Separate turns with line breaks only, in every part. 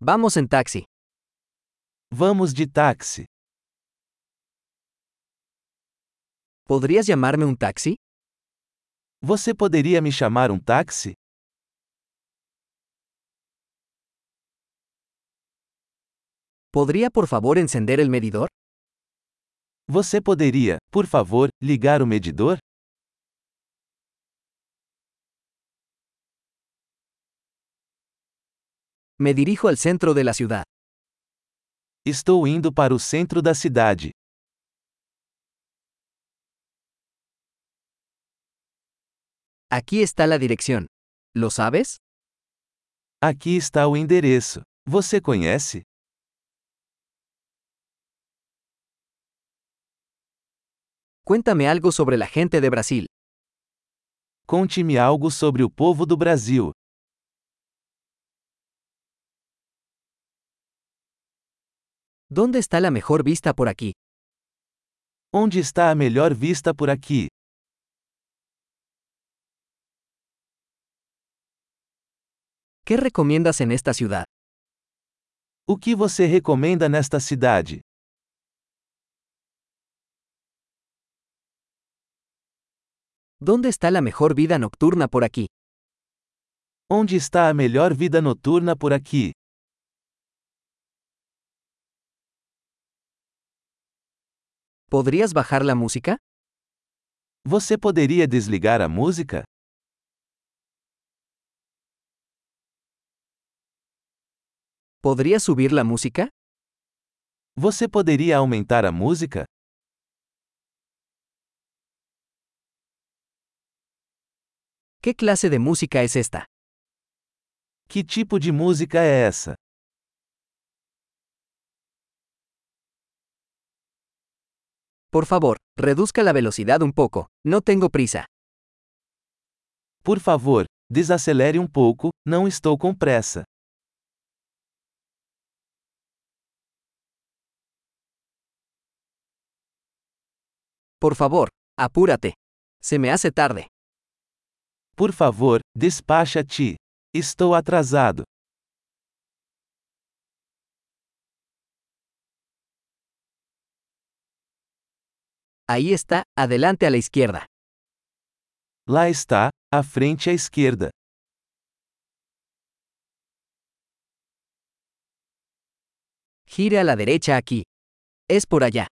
Vamos en taxi.
Vamos de táxi.
¿Podrías llamarme un taxi?
Você poderia me chamar um táxi?
¿Podría por favor encender el medidor?
Você poderia, por favor, ligar o medidor?
Me dirijo al centro de la ciudad.
Estou indo para o centro da cidade.
Aquí está la dirección. ¿Lo sabes?
Aqui está o endereço. Você conhece?
Cuéntame algo sobre la gente de Brasil.
Conte-me algo sobre o povo do Brasil.
¿Dónde está la mejor vista por aquí?
Onde está a melhor vista por aqui?
¿Qué recomiendas en esta ciudad?
O que você recomenda nesta cidade?
¿Dónde está la mejor vida nocturna por aquí?
Onde está a melhor vida noturna por aqui?
¿Podrías bajar la música?
Você poderia desligar a música?
¿Podrías subir la música?
Você poderia aumentar a música?
¿Qué clase de música es esta?
Que tipo de música é essa?
Por favor, reduzca la velocidad un poco, no tengo prisa.
Por favor, desacelere um pouco, não estou com pressa.
Por favor, apúrate. Se me hace tarde.
Por favor, despacha-te. Estou atrasado.
Ahí está, adelante a la izquierda.
Lá está, à frente à esquerda.
Gire a la derecha aquí. Es por allá.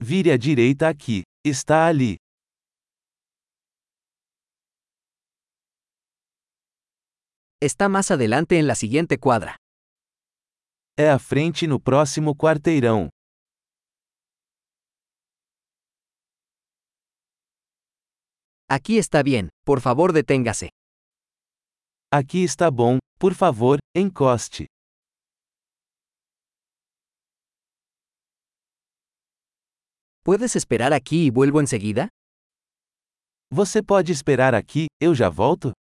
Vire à direita aqui. Está ali.
Está más adelante en la siguiente cuadra.
É à frente no próximo quarteirão.
Aquí está bien, por favor deténgase.
Aqui está bom, por favor, encoste.
¿Puedes esperar aquí y vuelvo enseguida?
Você pode esperar aqui, eu já volto?